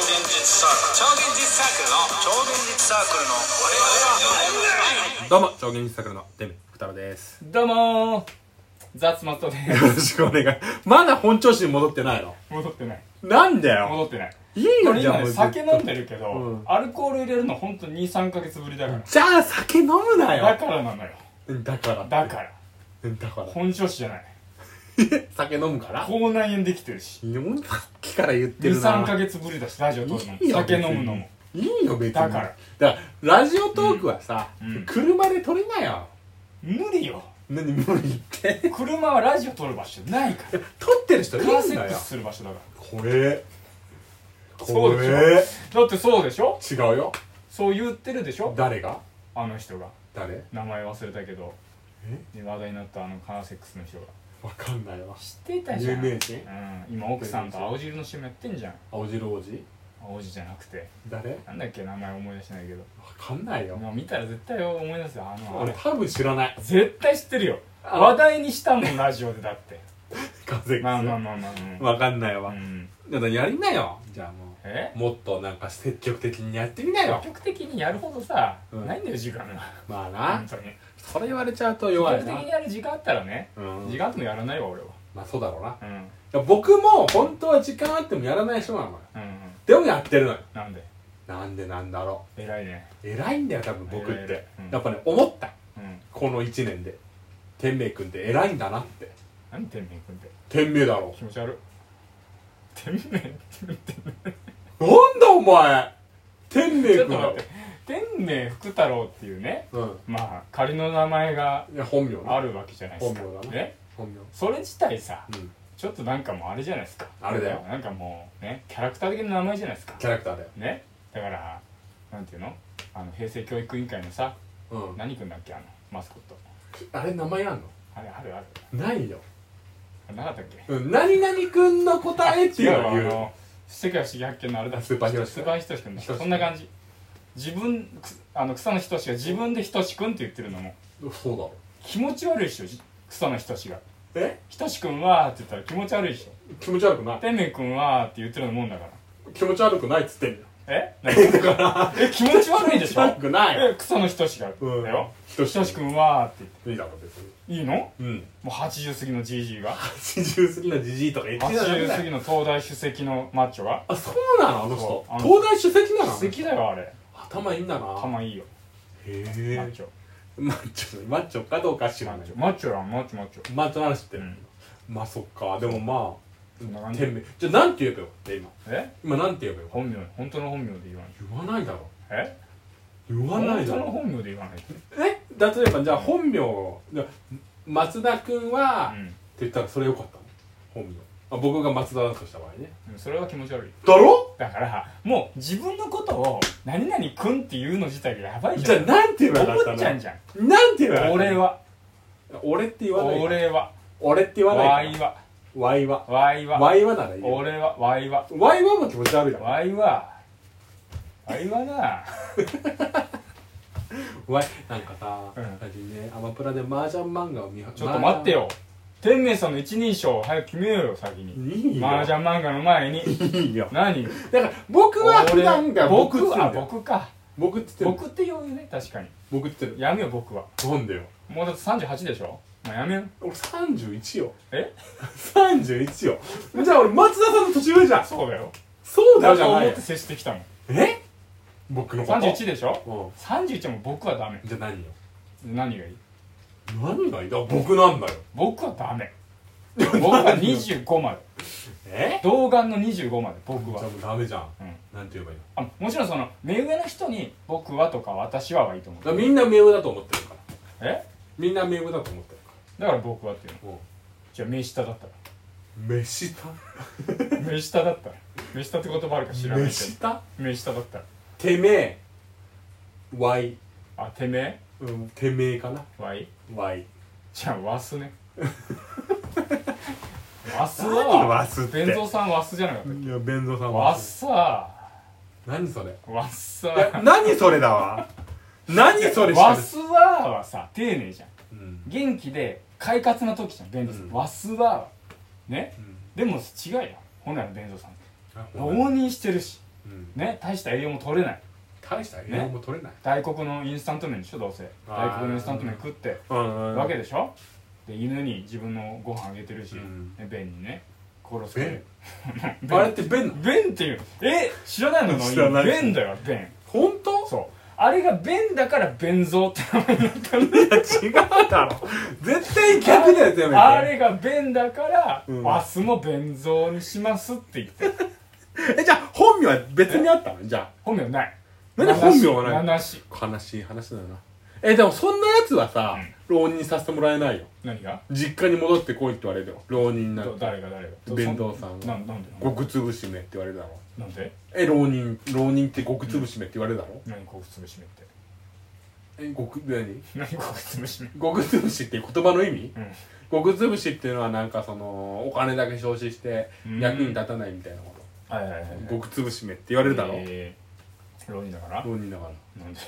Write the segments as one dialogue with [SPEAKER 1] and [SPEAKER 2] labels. [SPEAKER 1] サークル超現実サークルの超現実サークルの我々は
[SPEAKER 2] どうも超現実サークルのデミ福太郎です
[SPEAKER 3] どうもーザ・ツマットで
[SPEAKER 2] よ
[SPEAKER 3] す
[SPEAKER 2] ろしくお願いまだ本調子に戻ってないの
[SPEAKER 3] 戻ってない
[SPEAKER 2] なんだよ
[SPEAKER 3] 戻ってない
[SPEAKER 2] いいよ
[SPEAKER 3] 俺
[SPEAKER 2] じゃ
[SPEAKER 3] 今
[SPEAKER 2] あも
[SPEAKER 3] ね
[SPEAKER 2] う
[SPEAKER 3] 酒飲ん
[SPEAKER 2] ずっ
[SPEAKER 3] でるけど、
[SPEAKER 2] うん
[SPEAKER 3] アルコール入れるのほんと23か月ぶりだか
[SPEAKER 2] とじゃあ酒飲むな
[SPEAKER 3] らだ
[SPEAKER 2] よ
[SPEAKER 3] からなのよ
[SPEAKER 2] だからって
[SPEAKER 3] だから
[SPEAKER 2] うんだから
[SPEAKER 3] 本調子じゃない
[SPEAKER 2] 酒飲むから
[SPEAKER 3] 口内炎できてるし
[SPEAKER 2] いやほんとさっきから言ってるな
[SPEAKER 3] 23か月ぶりだしラジオ撮る
[SPEAKER 2] いい
[SPEAKER 3] の
[SPEAKER 2] よ
[SPEAKER 3] 酒飲むのも
[SPEAKER 2] いいよ別に
[SPEAKER 3] だから
[SPEAKER 2] だからラジオトークはさ、
[SPEAKER 3] うん
[SPEAKER 2] 車で撮りなよ
[SPEAKER 3] 無理よ
[SPEAKER 2] 何無理って
[SPEAKER 3] 車はラジオ撮る場所ないか
[SPEAKER 2] 撮ってる人い
[SPEAKER 3] ら
[SPEAKER 2] る
[SPEAKER 3] カー
[SPEAKER 2] ん
[SPEAKER 3] セ
[SPEAKER 2] だ
[SPEAKER 3] ック
[SPEAKER 2] よ
[SPEAKER 3] スする場所だから
[SPEAKER 2] これ
[SPEAKER 3] そ
[SPEAKER 2] こ
[SPEAKER 3] うでしょ
[SPEAKER 2] れ
[SPEAKER 3] だってそうでしょ
[SPEAKER 2] 違うよ
[SPEAKER 3] そう言ってるでしょ
[SPEAKER 2] 誰が
[SPEAKER 3] あの人が
[SPEAKER 2] 誰
[SPEAKER 3] 名前忘れたけど話題になったあのカーセックスの人が
[SPEAKER 2] わかんないわ
[SPEAKER 3] 知ってたじゃん
[SPEAKER 2] 有名人
[SPEAKER 3] うん、今奥さんと青汁の CM やってんじゃん
[SPEAKER 2] 青汁王子
[SPEAKER 3] 青汁じゃなくて
[SPEAKER 2] 誰わ
[SPEAKER 3] なんだっけ名前思い出しないけど
[SPEAKER 2] かんないよ
[SPEAKER 3] もう見たら絶対思い出すよあのあ
[SPEAKER 2] 俺
[SPEAKER 3] れ
[SPEAKER 2] 多分知らない
[SPEAKER 3] 絶対知ってるよ
[SPEAKER 2] あ
[SPEAKER 3] 話題にしたもんラジオでだって
[SPEAKER 2] カゼ
[SPEAKER 3] まあまあまあまあまあ
[SPEAKER 2] わかんない
[SPEAKER 3] まあ
[SPEAKER 2] わ
[SPEAKER 3] う、ん
[SPEAKER 2] だからやりなよじゃあも
[SPEAKER 3] え
[SPEAKER 2] うもっとなんか積極的にやってみなよ
[SPEAKER 3] 積極的にやるほどさ、
[SPEAKER 2] うん
[SPEAKER 3] ないんだよ時間が
[SPEAKER 2] まあな
[SPEAKER 3] 本当に
[SPEAKER 2] それ言われちゃうと弱い
[SPEAKER 3] 積極
[SPEAKER 2] な
[SPEAKER 3] 的にやる時間あったらね、
[SPEAKER 2] うん
[SPEAKER 3] 時間あってもやらないわ俺は
[SPEAKER 2] まあそうだろうな
[SPEAKER 3] うんうん
[SPEAKER 2] 僕も本当は時間あってもやらない人なのよ
[SPEAKER 3] うん
[SPEAKER 2] でもやってるのよ
[SPEAKER 3] なんで
[SPEAKER 2] なんでなんだろ
[SPEAKER 3] 偉いね
[SPEAKER 2] う偉いんだよ多分僕っ
[SPEAKER 3] 偉い偉
[SPEAKER 2] て
[SPEAKER 3] いうん
[SPEAKER 2] やっぱね思った
[SPEAKER 3] うん
[SPEAKER 2] この1年で天明君って偉いんだなって
[SPEAKER 3] 何天明君って
[SPEAKER 2] 天明だろ
[SPEAKER 3] 気持ち悪い天明君って
[SPEAKER 2] なんだお前天明
[SPEAKER 3] ちょ
[SPEAKER 2] 君だ
[SPEAKER 3] っと待っ
[SPEAKER 2] ろ
[SPEAKER 3] て天明福太郎っていうね
[SPEAKER 2] うん
[SPEAKER 3] まあ仮の名前が
[SPEAKER 2] いや本名ね
[SPEAKER 3] あるわけじゃないですか
[SPEAKER 2] 本名だね
[SPEAKER 3] ね
[SPEAKER 2] 本名
[SPEAKER 3] それ自体さ
[SPEAKER 2] うん
[SPEAKER 3] ちょっとなんかもうあれじゃないですか
[SPEAKER 2] あれだよ
[SPEAKER 3] なんかもうねキャラクター的な名前じゃないですか
[SPEAKER 2] キャラクターだよ
[SPEAKER 3] ねだからなんていうのあの平成教育委員会のさ
[SPEAKER 2] うん
[SPEAKER 3] 何君だっけあのマスコット
[SPEAKER 2] あれ名前あん
[SPEAKER 3] あれあるある
[SPEAKER 2] のないよ
[SPEAKER 3] あれなかったっけ
[SPEAKER 2] うん何々君の答えっていうのを
[SPEAKER 3] あ
[SPEAKER 2] 言うの
[SPEAKER 3] の世界不思議発見のあれだ
[SPEAKER 2] スーパーヒロシ
[SPEAKER 3] スーパーヒトシ君だ
[SPEAKER 2] ヒトシ
[SPEAKER 3] そんな感じ自分くあの草野仁が自分で仁君って言ってるのも
[SPEAKER 2] そうだろ
[SPEAKER 3] 気持ち悪いでしょじ草野仁が
[SPEAKER 2] え
[SPEAKER 3] ひとしくんはーって言ったら気持ち悪いでしょ
[SPEAKER 2] 気持ち悪くない
[SPEAKER 3] 天明くんはーって言ってるのもんだから
[SPEAKER 2] 気持ち悪くないっつってんの
[SPEAKER 3] え何だからえ気持ち悪いでし
[SPEAKER 2] 気持ち悪
[SPEAKER 3] ょ
[SPEAKER 2] くない
[SPEAKER 3] え草野ひとしがだ
[SPEAKER 2] うん
[SPEAKER 3] よ
[SPEAKER 2] ひ
[SPEAKER 3] ひ
[SPEAKER 2] と
[SPEAKER 3] と
[SPEAKER 2] し
[SPEAKER 3] しくんはーって言
[SPEAKER 2] い
[SPEAKER 3] っ
[SPEAKER 2] いだろ別に
[SPEAKER 3] ていいのも
[SPEAKER 2] うん
[SPEAKER 3] う80過ぎのじいじいが
[SPEAKER 2] 80過ぎのじじいとか言ってた
[SPEAKER 3] 80
[SPEAKER 2] じゃ
[SPEAKER 3] 過
[SPEAKER 2] ん
[SPEAKER 3] ぎの東大主席のマッチョが
[SPEAKER 2] あそうなのあの人
[SPEAKER 3] そうあの
[SPEAKER 2] 東大主席なの
[SPEAKER 3] 主席だよあれ
[SPEAKER 2] 頭いいんだな
[SPEAKER 3] 頭いいよ
[SPEAKER 2] へ
[SPEAKER 3] マッ
[SPEAKER 2] え
[SPEAKER 3] チョ
[SPEAKER 2] マッチョマッチョかどうか知
[SPEAKER 3] マ
[SPEAKER 2] らな
[SPEAKER 3] ッ
[SPEAKER 2] い
[SPEAKER 3] チョマッチョやんマッチョマッチョ
[SPEAKER 2] マッチョなの知って
[SPEAKER 3] う
[SPEAKER 2] る
[SPEAKER 3] ん
[SPEAKER 2] まあそっかでもま
[SPEAKER 3] そんな
[SPEAKER 2] あ
[SPEAKER 3] 感じ
[SPEAKER 2] 天明じゃあなんて言えばよで今
[SPEAKER 3] え
[SPEAKER 2] 今なんて言えばよ
[SPEAKER 3] 本名本当の本名で言わない
[SPEAKER 2] 言わないだろ
[SPEAKER 3] え
[SPEAKER 2] 言わな
[SPEAKER 3] 本
[SPEAKER 2] いだ
[SPEAKER 3] 当の
[SPEAKER 2] ろ
[SPEAKER 3] 本名で言わない
[SPEAKER 2] え例えばじゃあ本名をじゃあ松田君は、っ
[SPEAKER 3] う
[SPEAKER 2] て
[SPEAKER 3] ん
[SPEAKER 2] 言ったらそれよかったの本名あ僕が松田だとした場合ね
[SPEAKER 3] でもそれは気持ち悪い
[SPEAKER 2] だろ
[SPEAKER 3] だからもう自分のことを「何々くん」っていうの自体がやばいじ
[SPEAKER 2] じゃ
[SPEAKER 3] ゃ
[SPEAKER 2] あ
[SPEAKER 3] ん
[SPEAKER 2] なんて言えばよかった
[SPEAKER 3] 思っちゃうんじゃん
[SPEAKER 2] のなんて言えばよかった
[SPEAKER 3] 俺
[SPEAKER 2] の
[SPEAKER 3] は
[SPEAKER 2] 俺って言わない
[SPEAKER 3] 俺は
[SPEAKER 2] 俺って言わ
[SPEAKER 3] わ
[SPEAKER 2] ないい
[SPEAKER 3] は
[SPEAKER 2] わいは
[SPEAKER 3] わいは
[SPEAKER 2] わいはならいいよ
[SPEAKER 3] 俺はわいは
[SPEAKER 2] わいはも気持ち悪いだろ
[SPEAKER 3] わいはわいはな
[SPEAKER 2] わいなんかさ
[SPEAKER 3] うん
[SPEAKER 2] 最近ねアマプラで麻雀漫画を見は
[SPEAKER 3] ちょっと待ってよ天明さんの一人称を早く決めようよ先
[SPEAKER 2] 麻
[SPEAKER 3] に
[SPEAKER 2] 雀いいよ
[SPEAKER 3] 麻雀漫画の 前に
[SPEAKER 2] いいよ
[SPEAKER 3] 何
[SPEAKER 2] だから僕は普段が僕
[SPEAKER 3] 僕
[SPEAKER 2] っつってん
[SPEAKER 3] は
[SPEAKER 2] だよ
[SPEAKER 3] 僕か
[SPEAKER 2] 僕っつってんだよ
[SPEAKER 3] 僕って言うね確かに
[SPEAKER 2] 僕っつってんだ
[SPEAKER 3] やめよ僕は
[SPEAKER 2] よなんだよ
[SPEAKER 3] もうだって38でしょもうやめよ
[SPEAKER 2] 俺31よ
[SPEAKER 3] え
[SPEAKER 2] 31よじゃあ俺松田さんの年上じゃん
[SPEAKER 3] そうだよ
[SPEAKER 2] そうだ
[SPEAKER 3] だ
[SPEAKER 2] よじ
[SPEAKER 3] と
[SPEAKER 2] ゃな
[SPEAKER 3] 思
[SPEAKER 2] い
[SPEAKER 3] っ
[SPEAKER 2] よ
[SPEAKER 3] て接してきたもん
[SPEAKER 2] え僕のこと
[SPEAKER 3] 31でしょ
[SPEAKER 2] う
[SPEAKER 3] 31も僕はダメ
[SPEAKER 2] んじゃあ何よ
[SPEAKER 3] 何がいい
[SPEAKER 2] 何がいいだから僕なんだよ
[SPEAKER 3] 僕はダメ僕は25まで
[SPEAKER 2] え
[SPEAKER 3] 童顔の25まで僕
[SPEAKER 2] じゃあ
[SPEAKER 3] は、
[SPEAKER 2] もうダメじゃん
[SPEAKER 3] うん、
[SPEAKER 2] なんて言えばいいの
[SPEAKER 3] あもちろんその目上の人に「僕は」とか「私は」はいいと思
[SPEAKER 2] だ
[SPEAKER 3] う
[SPEAKER 2] からみんな名簿だと思ってるから
[SPEAKER 3] え
[SPEAKER 2] みんな名簿だと思ってるか
[SPEAKER 3] だから僕はっていうの
[SPEAKER 2] らも
[SPEAKER 3] じゃあ目下だった
[SPEAKER 2] う飯下
[SPEAKER 3] ら目下だったら目下って言葉あるか知らないけ
[SPEAKER 2] 飯
[SPEAKER 3] ど
[SPEAKER 2] 下
[SPEAKER 3] 目下だったら
[SPEAKER 2] てめえ Y
[SPEAKER 3] あてめ
[SPEAKER 2] うんてめえかな
[SPEAKER 3] えわい
[SPEAKER 2] Y
[SPEAKER 3] じゃあ わすねわす
[SPEAKER 2] 何
[SPEAKER 3] は
[SPEAKER 2] わすって
[SPEAKER 3] 弁蔵さんわすじゃなかったっ
[SPEAKER 2] いや弁蔵さ
[SPEAKER 3] け
[SPEAKER 2] ん
[SPEAKER 3] わっさ
[SPEAKER 2] 何それ
[SPEAKER 3] ーわっさ
[SPEAKER 2] いや
[SPEAKER 3] ー
[SPEAKER 2] 何それだわ何 それしか
[SPEAKER 3] わ
[SPEAKER 2] です
[SPEAKER 3] すはーはさ丁寧じゃん
[SPEAKER 2] うん
[SPEAKER 3] 元気で快活な時じゃん弁蔵さ
[SPEAKER 2] うん
[SPEAKER 3] んわすはーね
[SPEAKER 2] うん
[SPEAKER 3] でも違うよ本来の弁蔵さん
[SPEAKER 2] あ
[SPEAKER 3] 浪人してるし
[SPEAKER 2] うん
[SPEAKER 3] ね大した栄養も取れない
[SPEAKER 2] 大した栄養も取れない、
[SPEAKER 3] 大黒のインスタント麺でしょどうせ
[SPEAKER 2] あー
[SPEAKER 3] 大黒のインスタント麺食って
[SPEAKER 2] うん
[SPEAKER 3] わけでしょで犬に自分のご飯あげてるし、
[SPEAKER 2] うん
[SPEAKER 3] ね、便にね殺す
[SPEAKER 2] 便
[SPEAKER 3] 便
[SPEAKER 2] あれって便なの
[SPEAKER 3] 便っていうえ知らないの
[SPEAKER 2] 知らない
[SPEAKER 3] 便だよ便
[SPEAKER 2] 本当
[SPEAKER 3] そうあれが便だから便蔵って名前になったんだ
[SPEAKER 2] いや違うだろ 絶対逆だよやめて
[SPEAKER 3] あれが便だから、
[SPEAKER 2] うん
[SPEAKER 3] 明日も便蔵にしますって言って
[SPEAKER 2] えじゃあ本名は別にあったのじゃ
[SPEAKER 3] 本名ない
[SPEAKER 2] なんで本名はない
[SPEAKER 3] 七し
[SPEAKER 2] あ悲しい話だよなえでもそんなやつはさ、浪人させてもらえないよ
[SPEAKER 3] 何が
[SPEAKER 2] 実家に戻ってこいって言われるよ浪人にな
[SPEAKER 3] ど
[SPEAKER 2] る
[SPEAKER 3] 誰が誰が
[SPEAKER 2] 弁当さん
[SPEAKER 3] な
[SPEAKER 2] は
[SPEAKER 3] んなんでなんで
[SPEAKER 2] 極潰しめって言われるだろ
[SPEAKER 3] なんで
[SPEAKER 2] え浪人浪人って極潰しめって言われるだろ、
[SPEAKER 3] 何こうつぶしめって
[SPEAKER 2] え極何
[SPEAKER 3] 何こうつぶしめ
[SPEAKER 2] 極潰しっていう言葉の意味
[SPEAKER 3] うん
[SPEAKER 2] 極潰しっていうのはなんかそのお金だけ消費して
[SPEAKER 3] うん
[SPEAKER 2] 役に立たないみたいなこ
[SPEAKER 3] はいはいはいはい
[SPEAKER 2] と極潰しめって言われるだろ、
[SPEAKER 3] えー、浪人だから
[SPEAKER 2] 浪人だから
[SPEAKER 3] なんで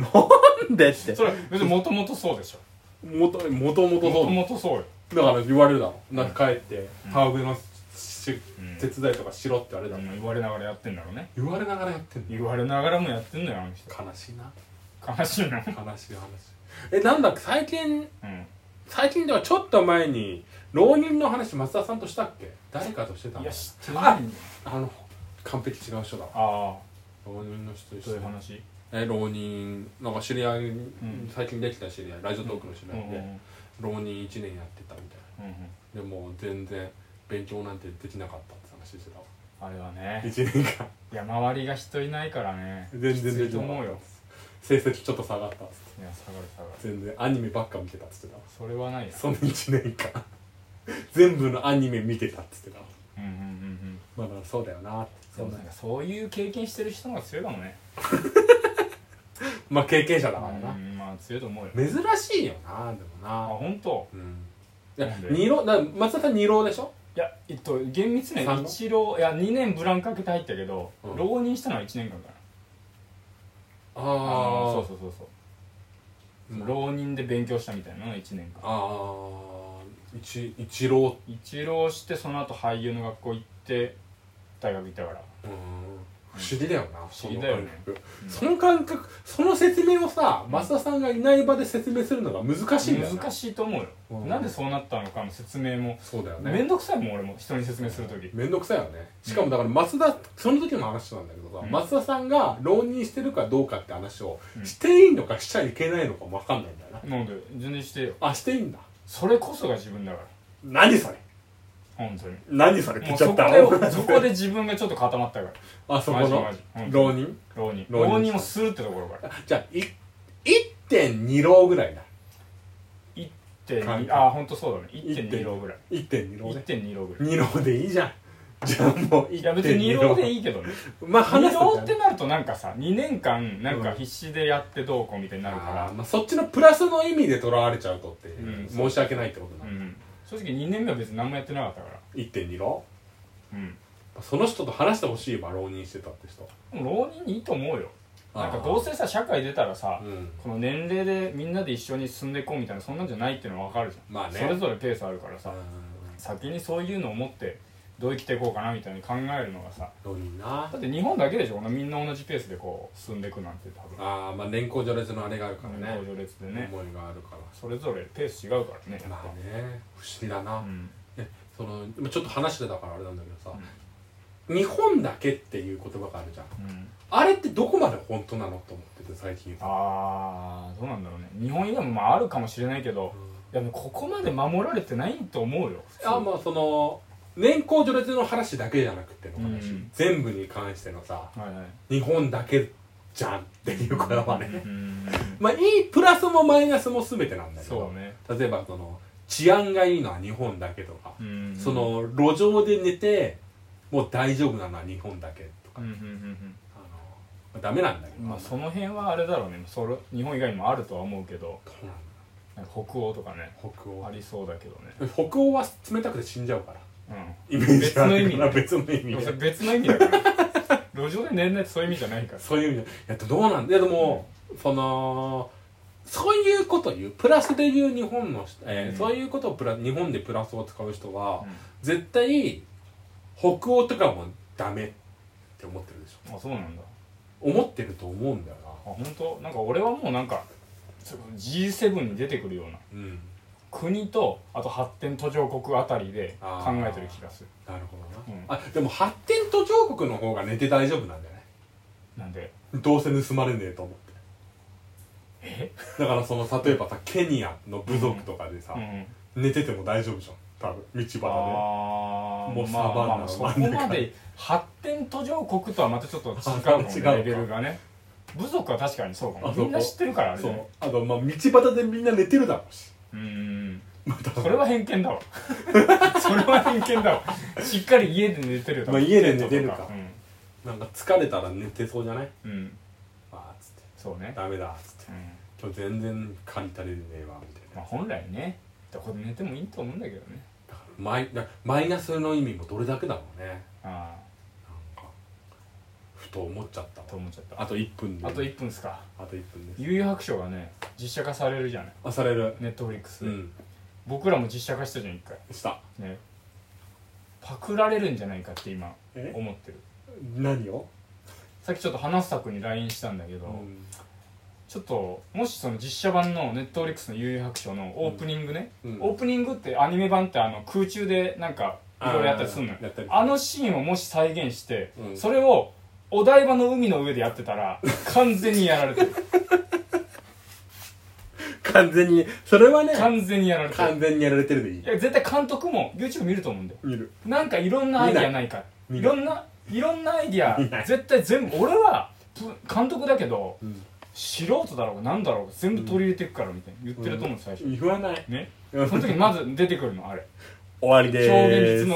[SPEAKER 2] なんでって
[SPEAKER 3] それ別にもともとそうでしょ
[SPEAKER 2] もともともと
[SPEAKER 3] もと
[SPEAKER 2] そ
[SPEAKER 3] もとそうよ
[SPEAKER 2] うだから言われるだろなんか帰って
[SPEAKER 3] ん
[SPEAKER 2] 田植えのし
[SPEAKER 3] うん
[SPEAKER 2] 手伝いとかしろって言われ
[SPEAKER 3] う
[SPEAKER 2] た
[SPEAKER 3] ん
[SPEAKER 2] の
[SPEAKER 3] 言われながらやってんだろうね
[SPEAKER 2] 言われながらやってんの
[SPEAKER 3] 言われながらもやってんだよあの人
[SPEAKER 2] 悲しいな
[SPEAKER 3] 悲しいな
[SPEAKER 2] 悲しい話えなんだっけ最近
[SPEAKER 3] うん
[SPEAKER 2] 最近ではちょっと前に浪人の話松田さんとしたっけ誰かとしてた
[SPEAKER 3] い
[SPEAKER 2] の
[SPEAKER 3] や知ってな いんだよ
[SPEAKER 2] あの完璧違う人だわ
[SPEAKER 3] あ
[SPEAKER 2] 浪人の人で
[SPEAKER 3] あどういう話
[SPEAKER 2] え浪人なんか知り合い、
[SPEAKER 3] ん
[SPEAKER 2] 最近できた知り合いラジオトークの知り
[SPEAKER 3] うん
[SPEAKER 2] 合
[SPEAKER 3] う
[SPEAKER 2] いで、
[SPEAKER 3] ん
[SPEAKER 2] 浪人1年やってたみたい
[SPEAKER 3] うん
[SPEAKER 2] なでもう全然勉強なんてできなかったって話してたわ
[SPEAKER 3] あれはね
[SPEAKER 2] 1年間
[SPEAKER 3] いや周りが人いないからね
[SPEAKER 2] 全然
[SPEAKER 3] きついと思う
[SPEAKER 2] できな
[SPEAKER 3] よ
[SPEAKER 2] か成績ちょっと下がったっつって
[SPEAKER 3] いや下がる下がる
[SPEAKER 2] 全然アニメばっか見てたっつってたわ
[SPEAKER 3] それはないな
[SPEAKER 2] その1年間全部のアニメ見てたっつってたわ
[SPEAKER 3] うんうんうんうん
[SPEAKER 2] まあまあそうだよなって
[SPEAKER 3] でもなんかそういう経験してる人の方が強いかもね
[SPEAKER 2] まあ経験者だから
[SPEAKER 3] う
[SPEAKER 2] な、
[SPEAKER 3] んまあ強いと思うよ
[SPEAKER 2] 珍しいよなでも
[SPEAKER 3] あ
[SPEAKER 2] な
[SPEAKER 3] 本当
[SPEAKER 2] うんいや
[SPEAKER 3] なんで
[SPEAKER 2] 二郎だから松田さん二郎でしょ
[SPEAKER 3] いやえっと厳密には
[SPEAKER 2] 三の
[SPEAKER 3] 一浪いや2年ブランク開けて入ったけど、
[SPEAKER 2] うん
[SPEAKER 3] 浪人したのは1年間かな
[SPEAKER 2] あ
[SPEAKER 3] あ
[SPEAKER 2] あ
[SPEAKER 3] のそうそうそうそう、浪人で勉強したみたいな1年間
[SPEAKER 2] ああ一一郎
[SPEAKER 3] 一浪してその後俳優の学校行って大学行ったから
[SPEAKER 2] うん不思議だよな
[SPEAKER 3] 不思議だよね
[SPEAKER 2] その感覚その説明をさ増田さんがいない場で説明するのが難しいんだよな
[SPEAKER 3] 難しいと思うよ、
[SPEAKER 2] うん
[SPEAKER 3] なんでそうなったのかの説明も
[SPEAKER 2] そうだよ
[SPEAKER 3] 面
[SPEAKER 2] ね
[SPEAKER 3] 倒くさいもん俺も人に説明する時
[SPEAKER 2] めんどくさいよねしかもだから増田その時も話してたんだけどさ
[SPEAKER 3] うん
[SPEAKER 2] 増田さんが浪人してるかどうかって話を
[SPEAKER 3] うん
[SPEAKER 2] していいのかしちゃいけないのかも分かんないんだよな
[SPEAKER 3] なので全然してよ
[SPEAKER 2] あしていいんだ
[SPEAKER 3] それこそが自分だから
[SPEAKER 2] 何それ
[SPEAKER 3] 本当に
[SPEAKER 2] 何それ
[SPEAKER 3] も
[SPEAKER 2] 聞
[SPEAKER 3] う
[SPEAKER 2] いちゃ
[SPEAKER 3] そ
[SPEAKER 2] っ
[SPEAKER 3] こ
[SPEAKER 2] た
[SPEAKER 3] でそこで自分がちょっと固まったから
[SPEAKER 2] あそこの
[SPEAKER 3] マジマジ
[SPEAKER 2] 浪人
[SPEAKER 3] 浪人
[SPEAKER 2] 浪人
[SPEAKER 3] 浪人をするってところから
[SPEAKER 2] じゃあい1.2浪ぐらいだ
[SPEAKER 3] 1.2ああ本当そうだね1.2
[SPEAKER 2] 1.2
[SPEAKER 3] 浪ぐらい
[SPEAKER 2] 1.2浪ね
[SPEAKER 3] 1.2浪ぐらい
[SPEAKER 2] 二郎でいいじゃんじゃあもう
[SPEAKER 3] いや別に2浪で
[SPEAKER 2] い
[SPEAKER 3] いいけどね
[SPEAKER 2] まあ
[SPEAKER 3] 2
[SPEAKER 2] 話す
[SPEAKER 3] 浪
[SPEAKER 2] と
[SPEAKER 3] ってなるとなんかさ2年間なんか
[SPEAKER 2] うん
[SPEAKER 3] 必死でやってどうこうみたいになる
[SPEAKER 2] あー
[SPEAKER 3] か
[SPEAKER 2] まあそっちのプラスの意味でとらわれちゃうとって、
[SPEAKER 3] うん
[SPEAKER 2] 申し訳ないってこと
[SPEAKER 3] ら、
[SPEAKER 2] な
[SPEAKER 3] う
[SPEAKER 2] の、
[SPEAKER 3] ん、正直2年目は別に何もやってなかったから
[SPEAKER 2] 1.2郎
[SPEAKER 3] うん
[SPEAKER 2] その人と話してほしいわ浪人してたって人
[SPEAKER 3] でも浪人にいいと思うよなんか
[SPEAKER 2] あー
[SPEAKER 3] どうせさ社会出たらさ、
[SPEAKER 2] うん
[SPEAKER 3] この年齢でみんなで一緒に進んでいこうみたいなそんなんじゃないっていうのは分かるじゃん、
[SPEAKER 2] まあね
[SPEAKER 3] それぞれペースあるからさ、
[SPEAKER 2] うん
[SPEAKER 3] 先にそういうのを持ってどう生きていこうかなみたいに考えるのがさ
[SPEAKER 2] 浪人な
[SPEAKER 3] だって日本だけでしょこんなみんな同じペースでこう進んでいくなんて多分
[SPEAKER 2] あーまあ年功序列のあれがあるからね
[SPEAKER 3] ね序列でね
[SPEAKER 2] 思いがあるから
[SPEAKER 3] それぞれペース違うからねやっ
[SPEAKER 2] ま
[SPEAKER 3] ぱ
[SPEAKER 2] あね不思議だな、
[SPEAKER 3] うん
[SPEAKER 2] そのでもちょっと話してたからあれなんだけどさ、日本だけっていう言葉があるじゃん
[SPEAKER 3] うん
[SPEAKER 2] あれってどこまで本当なのと思ってて最近
[SPEAKER 3] ああどうなんだろうね日本以外もまああるかもしれないけどいやでもここまで守られてないと思うよ普通
[SPEAKER 2] あまあその年功序列の話だけじゃなくての話、
[SPEAKER 3] うん
[SPEAKER 2] 全部に関してのさ
[SPEAKER 3] はいはい
[SPEAKER 2] 日本だけじゃんっていう言葉ね、
[SPEAKER 3] うん
[SPEAKER 2] まあいいプラスもマイナスも全てなんだけ
[SPEAKER 3] そ
[SPEAKER 2] ど
[SPEAKER 3] うね
[SPEAKER 2] 例えばその治安がいいのは日本だけとか、
[SPEAKER 3] うん
[SPEAKER 2] その路上で寝てもう大丈夫なのは日本だけとか、
[SPEAKER 3] うんうんうん
[SPEAKER 2] あのまあダメなんだけ
[SPEAKER 3] う
[SPEAKER 2] ど、
[SPEAKER 3] んまあその辺はあれだろうねそれ日本以外にもあるとは思うけど
[SPEAKER 2] どうなんだ
[SPEAKER 3] なんか北欧とかね
[SPEAKER 2] 北
[SPEAKER 3] あ
[SPEAKER 2] 欧
[SPEAKER 3] りそうだけどね
[SPEAKER 2] 北欧は冷たくて死んじゃうから
[SPEAKER 3] うん
[SPEAKER 2] イメージあるから 別
[SPEAKER 3] 別
[SPEAKER 2] の意味
[SPEAKER 3] でもそ
[SPEAKER 2] で
[SPEAKER 3] れ別の意味だから路上で寝るないってそういう意味じゃないから
[SPEAKER 2] そういう意味でいやどうなんだいやでも、そのそういうこと言うプラスで言う日本の人、えー
[SPEAKER 3] うん
[SPEAKER 2] そういうことをプラ日本でプラスを使う人は、絶対北欧とかもダメって思ってるでしょ
[SPEAKER 3] あそうなんだ
[SPEAKER 2] 思ってると思うんだよな
[SPEAKER 3] あ本当なんか俺はもうなんかそれこそ G7 に出てくるような
[SPEAKER 2] うん
[SPEAKER 3] 国とあと発展途上国あたりで
[SPEAKER 2] あ
[SPEAKER 3] 考
[SPEAKER 2] ー
[SPEAKER 3] えてる気がする
[SPEAKER 2] なるほどな、
[SPEAKER 3] うん
[SPEAKER 2] あでも発展途上国の方が寝て大丈夫なんじゃない
[SPEAKER 3] なんで
[SPEAKER 2] どうせ盗まれねえと思って
[SPEAKER 3] え
[SPEAKER 2] だからその例えばさケニアの部族とかでさ、
[SPEAKER 3] うんうん
[SPEAKER 2] 寝てても大丈夫じゃん多分道端
[SPEAKER 3] あー
[SPEAKER 2] もう
[SPEAKER 3] まあまあまあ
[SPEAKER 2] サ
[SPEAKER 3] そ
[SPEAKER 2] バ
[SPEAKER 3] こ
[SPEAKER 2] ンナの真ん中
[SPEAKER 3] まで発展途上国とはまたちょっと違うかもね
[SPEAKER 2] 違うか
[SPEAKER 3] レベルがね部族は確かにそうかも
[SPEAKER 2] あそこ
[SPEAKER 3] みんな知ってるからあ
[SPEAKER 2] で
[SPEAKER 3] れ
[SPEAKER 2] そ
[SPEAKER 3] ね
[SPEAKER 2] うあとまあ道端でみんな寝てるだろうし
[SPEAKER 3] うーん
[SPEAKER 2] また
[SPEAKER 3] それは偏見だわ それは偏見だわしっかり家で寝てるよ多分
[SPEAKER 2] まあ家で寝てるか
[SPEAKER 3] テントと
[SPEAKER 2] なんか疲れたら寝てそうじゃない
[SPEAKER 3] うん、うん、
[SPEAKER 2] あーつって
[SPEAKER 3] そうね、
[SPEAKER 2] ダメだつって
[SPEAKER 3] う
[SPEAKER 2] 今
[SPEAKER 3] ん
[SPEAKER 2] 日全然借り足りねえわみたいな
[SPEAKER 3] まあ、本来ねどこで寝てもいいと思うんだけどね
[SPEAKER 2] だからマイなマイナスの意味もどれだけだろうね
[SPEAKER 3] あ
[SPEAKER 2] なんかふと思っちゃった
[SPEAKER 3] あと
[SPEAKER 2] わ
[SPEAKER 3] 思っちゃった
[SPEAKER 2] あ
[SPEAKER 3] あ
[SPEAKER 2] と1分で
[SPEAKER 3] あと1分っすか
[SPEAKER 2] あと1分です
[SPEAKER 3] 悠々白書がね実写化されるじゃない
[SPEAKER 2] あされる
[SPEAKER 3] ネットフリックス
[SPEAKER 2] う
[SPEAKER 3] で、
[SPEAKER 2] ん
[SPEAKER 3] 僕らも実写化したじゃん一回
[SPEAKER 2] した
[SPEAKER 3] ねパクられるんじゃないかって今
[SPEAKER 2] え
[SPEAKER 3] 思ってる
[SPEAKER 2] 何を
[SPEAKER 3] さっきちょっと花咲くに LINE したんだけど、
[SPEAKER 2] うん
[SPEAKER 3] ちょっともしその実写版のネットフリックスの悠々白書のオープニングね、
[SPEAKER 2] うん
[SPEAKER 3] オープニングってアニメ版ってあの空中でなんかいろいろやったりするのよ
[SPEAKER 2] あーやったり
[SPEAKER 3] あのシーンをもし再現して、
[SPEAKER 2] うん
[SPEAKER 3] それをお台場の海の上でやってたら完全にやられて る
[SPEAKER 2] 完全にそれはね
[SPEAKER 3] 完全にやられてる
[SPEAKER 2] 完全にやられてるでいい
[SPEAKER 3] いや絶対監督も YouTube 見ると思うんだよ
[SPEAKER 2] 見る
[SPEAKER 3] なんかいろんなアイディアないか
[SPEAKER 2] 見
[SPEAKER 3] い
[SPEAKER 2] ない
[SPEAKER 3] ろんないろんなアイ
[SPEAKER 2] 見
[SPEAKER 3] ディ
[SPEAKER 2] な
[SPEAKER 3] ア
[SPEAKER 2] い
[SPEAKER 3] 絶対全部俺はぷ監督だけど
[SPEAKER 2] うん
[SPEAKER 3] 素人だろうが何だろうが全部取り入れてくからみたいな言ってると思う最初
[SPEAKER 2] 言わない
[SPEAKER 3] ね
[SPEAKER 2] うん
[SPEAKER 3] その時にまず出てくるのあれ
[SPEAKER 2] 終わりでーす
[SPEAKER 3] 超現実の